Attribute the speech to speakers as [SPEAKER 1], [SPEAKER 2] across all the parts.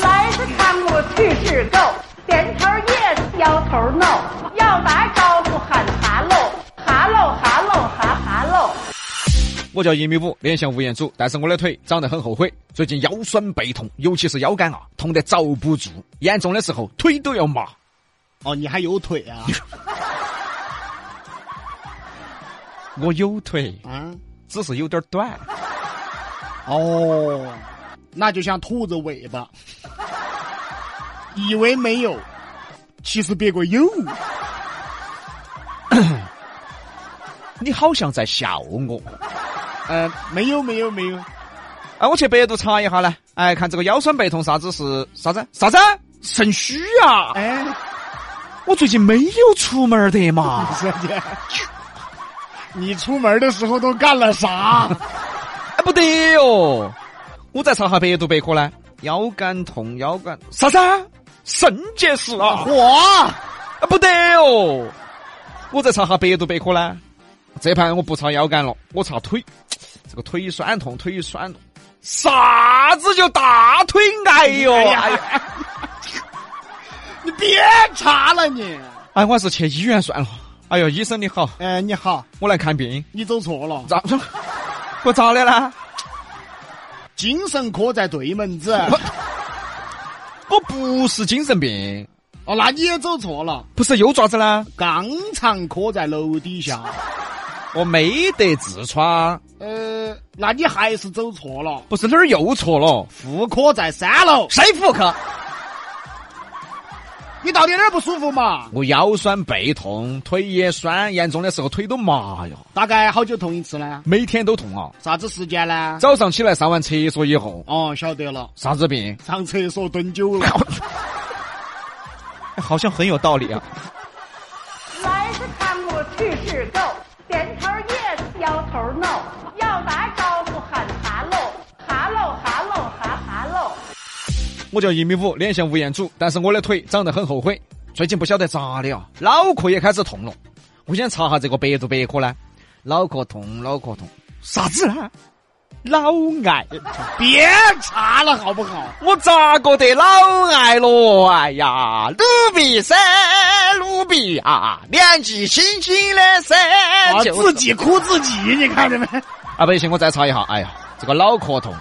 [SPEAKER 1] 来是看我去是够，点头 yes 摇头 no，要打招呼喊哈喽，哈喽哈喽哈哈喽。
[SPEAKER 2] 我叫一米五，脸像吴彦祖，但是我的腿长得很后悔，最近腰酸背痛，尤其是腰杆啊，痛得遭不住，严重的时候腿都要麻。
[SPEAKER 3] 哦，你还有腿啊？
[SPEAKER 2] 我有腿，
[SPEAKER 3] 啊？
[SPEAKER 2] 只是有点短。
[SPEAKER 3] 哦，那就像兔子尾巴，以为没有，其实别个有。
[SPEAKER 2] 你好像在笑我。
[SPEAKER 3] 呃，没有没有没有，
[SPEAKER 2] 啊，我去百度查一下呢。哎，看这个腰酸背痛啥子是啥子啥子肾虚啊？
[SPEAKER 3] 哎，
[SPEAKER 2] 我最近没有出门的嘛。
[SPEAKER 3] 小姐，你出门的时候都干了啥？
[SPEAKER 2] 哎，不得哟！我再查下百度百科呢，腰杆痛，腰杆啥子？肾结石啊！
[SPEAKER 3] 我
[SPEAKER 2] 啊，不得哟！我再查下百度百科呢，这盘我不查腰杆了，我查腿，这个腿酸痛，腿酸痛，啥子叫大腿癌哟？
[SPEAKER 3] 哎
[SPEAKER 2] 哎
[SPEAKER 3] 呀
[SPEAKER 2] 呀，
[SPEAKER 3] 你别查了你。
[SPEAKER 2] 哎，我还是去医院算了。哎呦，医生你好，
[SPEAKER 3] 哎，你好，
[SPEAKER 2] 我来看病，
[SPEAKER 3] 你走错了，
[SPEAKER 2] 咋？我咋的呢？
[SPEAKER 3] 精神科在对门子。
[SPEAKER 2] 我不是精神病，
[SPEAKER 3] 哦，那你也走错了，
[SPEAKER 2] 不是又爪子呢？
[SPEAKER 3] 肛肠科在楼底下。
[SPEAKER 2] 我没得痔疮，
[SPEAKER 3] 呃，那你还是走错了，
[SPEAKER 2] 不是哪儿又错了？
[SPEAKER 3] 妇科在三楼。
[SPEAKER 2] 谁妇科？
[SPEAKER 3] 你到底哪儿不舒服嘛？
[SPEAKER 2] 我腰酸背痛，腿也酸，严重的时候腿都麻呀，
[SPEAKER 3] 大概好久痛一次呢？
[SPEAKER 2] 每天都痛啊。
[SPEAKER 3] 啥子时间呢？
[SPEAKER 2] 早上起来上完厕所以后，
[SPEAKER 3] 哦，晓得了，
[SPEAKER 2] 啥子病？
[SPEAKER 3] 上厕所蹲久了。
[SPEAKER 2] 好像很有道理啊。
[SPEAKER 1] 来是看我去是够，点头 yes 摇头 no，要打招呼喊哈喽，哈喽哈喽哈哈喽。
[SPEAKER 2] 我叫一米五，脸像吴彦祖，但是我的腿长得很后悔。最近不晓得咋的啊，脑壳也开始痛了。我先查下这个百度百科呢，脑壳痛，脑壳痛，啥子呢？脑癌，
[SPEAKER 3] 别查了好不好？
[SPEAKER 2] 我咋个得脑癌了？哎呀，鲁比噻，鲁比啊，年纪轻轻的噻，
[SPEAKER 3] 啊，
[SPEAKER 2] 就
[SPEAKER 3] 自己哭自己，你看见没？
[SPEAKER 2] 啊，不行，我再查一下。哎呀，这个脑壳痛，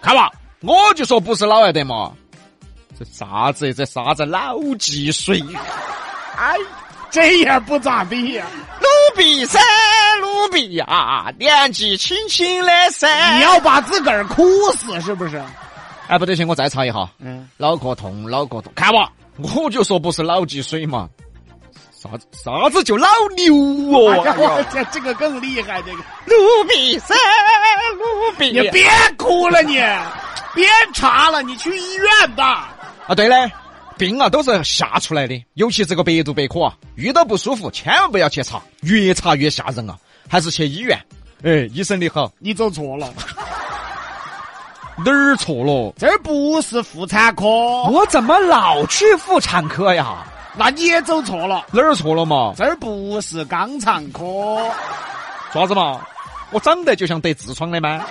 [SPEAKER 2] 看嘛，我就说不是脑癌得嘛。这啥子？这啥子脑积水？
[SPEAKER 3] 哎，这也不咋地呀、
[SPEAKER 2] 鲁比噻，鲁比呀，年纪轻轻的噻。
[SPEAKER 3] 你要把自个儿哭死是不是？
[SPEAKER 2] 哎，不得行，我再查一下。
[SPEAKER 3] 嗯，
[SPEAKER 2] 脑壳痛，脑壳痛，看嘛，我就说不是脑积水嘛。啥子啥子就老牛哦！哎
[SPEAKER 3] 我哎
[SPEAKER 2] 呀
[SPEAKER 3] 这这个更厉害，这个
[SPEAKER 2] 鲁比噻，鲁比
[SPEAKER 3] 你别哭了你，别查了，你去医院吧。
[SPEAKER 2] 啊，对嘞，病啊都是吓出来的，尤其这个百度百科啊，遇到不舒服千万不要去查，越查越吓人啊，还是去医院。哎，医生你好，
[SPEAKER 3] 你走错了，
[SPEAKER 2] 哪儿错了？
[SPEAKER 3] 这儿不是妇产科，
[SPEAKER 2] 我怎么老去妇产科呀？
[SPEAKER 3] 那你也走错了，
[SPEAKER 2] 哪儿错了嘛？
[SPEAKER 3] 这儿不是肛肠科，
[SPEAKER 2] 爪子嘛？我长得就像得痔疮的吗？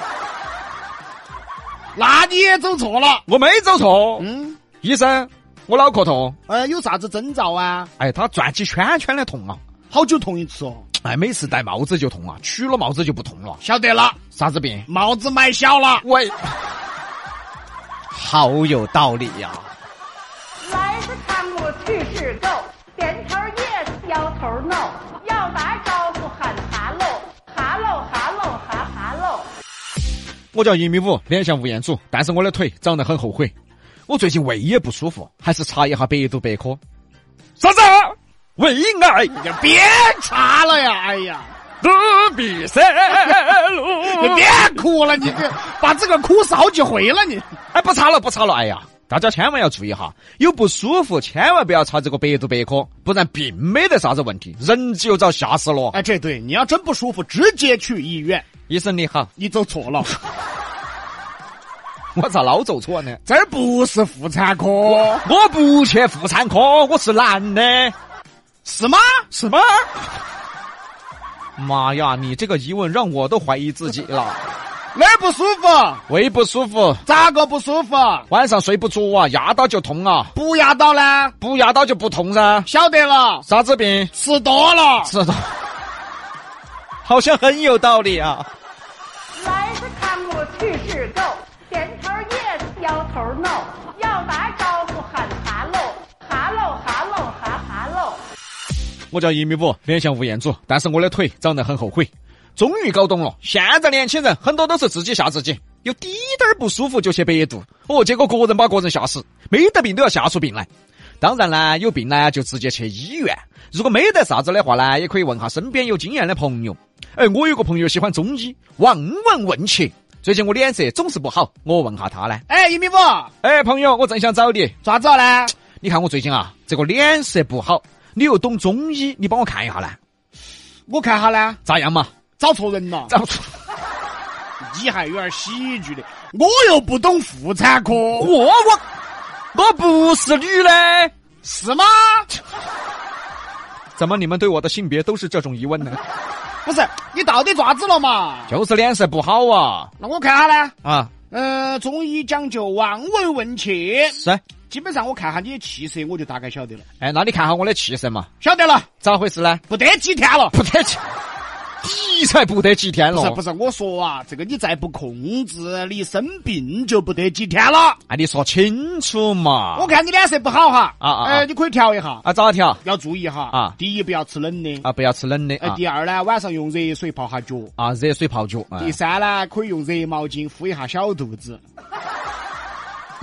[SPEAKER 3] 那你也走错了。
[SPEAKER 2] 我没走错。
[SPEAKER 3] 嗯，
[SPEAKER 2] 医生，我脑壳痛。
[SPEAKER 3] 呃，有啥子征兆啊？
[SPEAKER 2] 哎，他转起圈圈的痛啊！
[SPEAKER 3] 好久痛一次哦？
[SPEAKER 2] 哎，每次戴帽子就痛啊，取了帽子就不痛了。
[SPEAKER 3] 晓得了，
[SPEAKER 2] 啥子病？
[SPEAKER 3] 帽子买小了。
[SPEAKER 2] 喂，好有道理呀、
[SPEAKER 1] 来是看我去是够，点头 yes 摇头 no，要打招呼喊哈喽，哈喽哈喽哈哈喽。
[SPEAKER 2] 我叫一米五，脸像吴彦祖，但是我的腿长得很后悔。我最近胃也不舒服，还是查一下百度百科。啥子？胃癌？
[SPEAKER 3] 别查了呀！哎呀，
[SPEAKER 2] 路比山
[SPEAKER 3] 你
[SPEAKER 2] 路。
[SPEAKER 3] 别哭了，你这把自个儿哭死好几回了，你
[SPEAKER 2] 哎，不查了，不查了。哎呀，大家千万要注意哈，有不舒服千万不要查这个百度百科，不然并没得啥子问题，人就遭吓死了。
[SPEAKER 3] 哎，这对你要真不舒服，直接去医院。
[SPEAKER 2] 医生你好，
[SPEAKER 3] 你走错了，
[SPEAKER 2] 我咋老走错呢？
[SPEAKER 3] 这儿不是妇产科，
[SPEAKER 2] 我不去妇产科，我是男的。
[SPEAKER 3] 是吗？
[SPEAKER 2] 什么？妈呀！你这个疑问让我都怀疑自己了。
[SPEAKER 3] 哪儿不舒服？
[SPEAKER 2] 胃不舒服，
[SPEAKER 3] 咋个不舒服？
[SPEAKER 2] 晚上睡不着啊，压到就痛啊，
[SPEAKER 3] 不压到呢？
[SPEAKER 2] 不压到就不痛噻。
[SPEAKER 3] 晓得了，
[SPEAKER 2] 啥子病？
[SPEAKER 3] 吃多了。
[SPEAKER 2] 知道？好像很有道理啊。
[SPEAKER 1] 来是看我去是够，点头 yes，摇头 no，要打招呼喊哈喽，哈喽哈喽哈哈喽。
[SPEAKER 2] 我叫一米五，脸像吴彦祖，但是我的腿长得很后悔。终于搞懂了，现在年轻人很多都是自己吓自己，有滴点儿不舒服就去百度，哦，结果个人把个人吓死，没得病都要吓出病来。当然呢，有病呢就直接去医院。如果没得啥子的话呢，也可以问下身边有经验的朋友。哎，我有个朋友喜欢中医，望闻问切。最近我脸色总是不好，我问下他呢。
[SPEAKER 3] 哎，一米五，
[SPEAKER 2] 哎，朋友，我正想找你，
[SPEAKER 3] 咋子呢？
[SPEAKER 2] 你看我最近啊，这个脸色不好，你又懂中医，你帮我看一下呢。
[SPEAKER 3] 我看下呢，
[SPEAKER 2] 咋样嘛？
[SPEAKER 3] 找错人了。
[SPEAKER 2] 找错，
[SPEAKER 3] 你还有点喜剧的，我又不懂妇产科，
[SPEAKER 2] 我我我不是女的，
[SPEAKER 3] 是吗？
[SPEAKER 2] 怎么你们对我的性别都是这种疑问呢？
[SPEAKER 3] 不是，你到底咋子了嘛？
[SPEAKER 2] 就是脸色不好啊
[SPEAKER 3] 那我看下呢，
[SPEAKER 2] 啊，
[SPEAKER 3] 嗯、中医讲究望闻问切，
[SPEAKER 2] 是，
[SPEAKER 3] 基本上我看下你的气色，我就大概晓得了，
[SPEAKER 2] 哎，那你看下我的气色嘛，
[SPEAKER 3] 晓得了，
[SPEAKER 2] 咋回事呢？
[SPEAKER 3] 不得几天了。
[SPEAKER 2] 不得几，你才不得几天
[SPEAKER 3] 不是
[SPEAKER 2] 了。
[SPEAKER 3] 不
[SPEAKER 2] 是，
[SPEAKER 3] 是，我说啊，这个你再不控制，你生病就不得几天了。
[SPEAKER 2] 哎，你说清楚嘛。
[SPEAKER 3] 我看你脸色不好哈，
[SPEAKER 2] 啊啊啊
[SPEAKER 3] 呃，你可以调一下，
[SPEAKER 2] 啊，咋调
[SPEAKER 3] 要注意哈，
[SPEAKER 2] 啊
[SPEAKER 3] 第一不要吃冷的，
[SPEAKER 2] 啊？不要吃冷的
[SPEAKER 3] 呃，
[SPEAKER 2] 啊
[SPEAKER 3] 第二呢，晚上用热水泡下脚，
[SPEAKER 2] 啊，热水泡脚，哎
[SPEAKER 3] 第三呢，可以用热毛巾敷一下小肚子。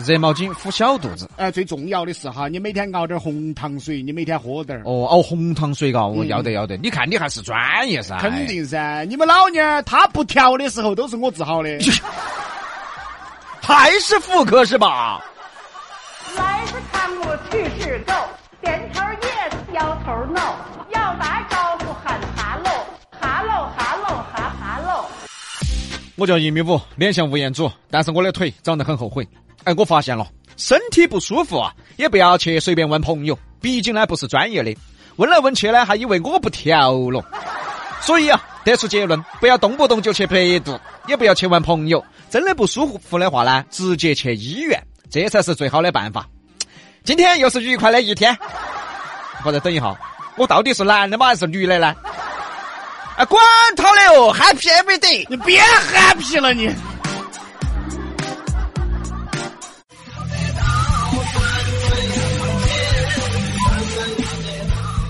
[SPEAKER 2] 热毛巾敷小肚子。
[SPEAKER 3] 呃，最重要的是哈，你每天熬点红糖水，你每天喝点儿。
[SPEAKER 2] 哦，熬红糖水嘎，我要得要得。你看你还是专业噻，
[SPEAKER 3] 肯定噻，你们老娘儿她不调的时候都是我治好的。
[SPEAKER 2] 还是妇科是吧？
[SPEAKER 1] 来是看我去是够，点头 yes，摇头 no，要打招呼喊哈喽，哈喽哈喽哈哈喽。
[SPEAKER 2] 我叫一米五，脸像吴彦祖，但是我的腿长得很后悔。哎，我发现了，身体不舒服啊，也不要去随便问朋友，毕竟呢不是专业的，问来问去呢还以为我不调了。所以啊，得出结论，不要动不动就去百度，也不要去问朋友，真的不舒服的话呢，直接去医院，这才是最好的办法。今天又是愉快的一天。不是，等一下，我到底是男的吗还是女的呢？啊，管他的哦，Happy Every Day。
[SPEAKER 3] 你别 happy 了你。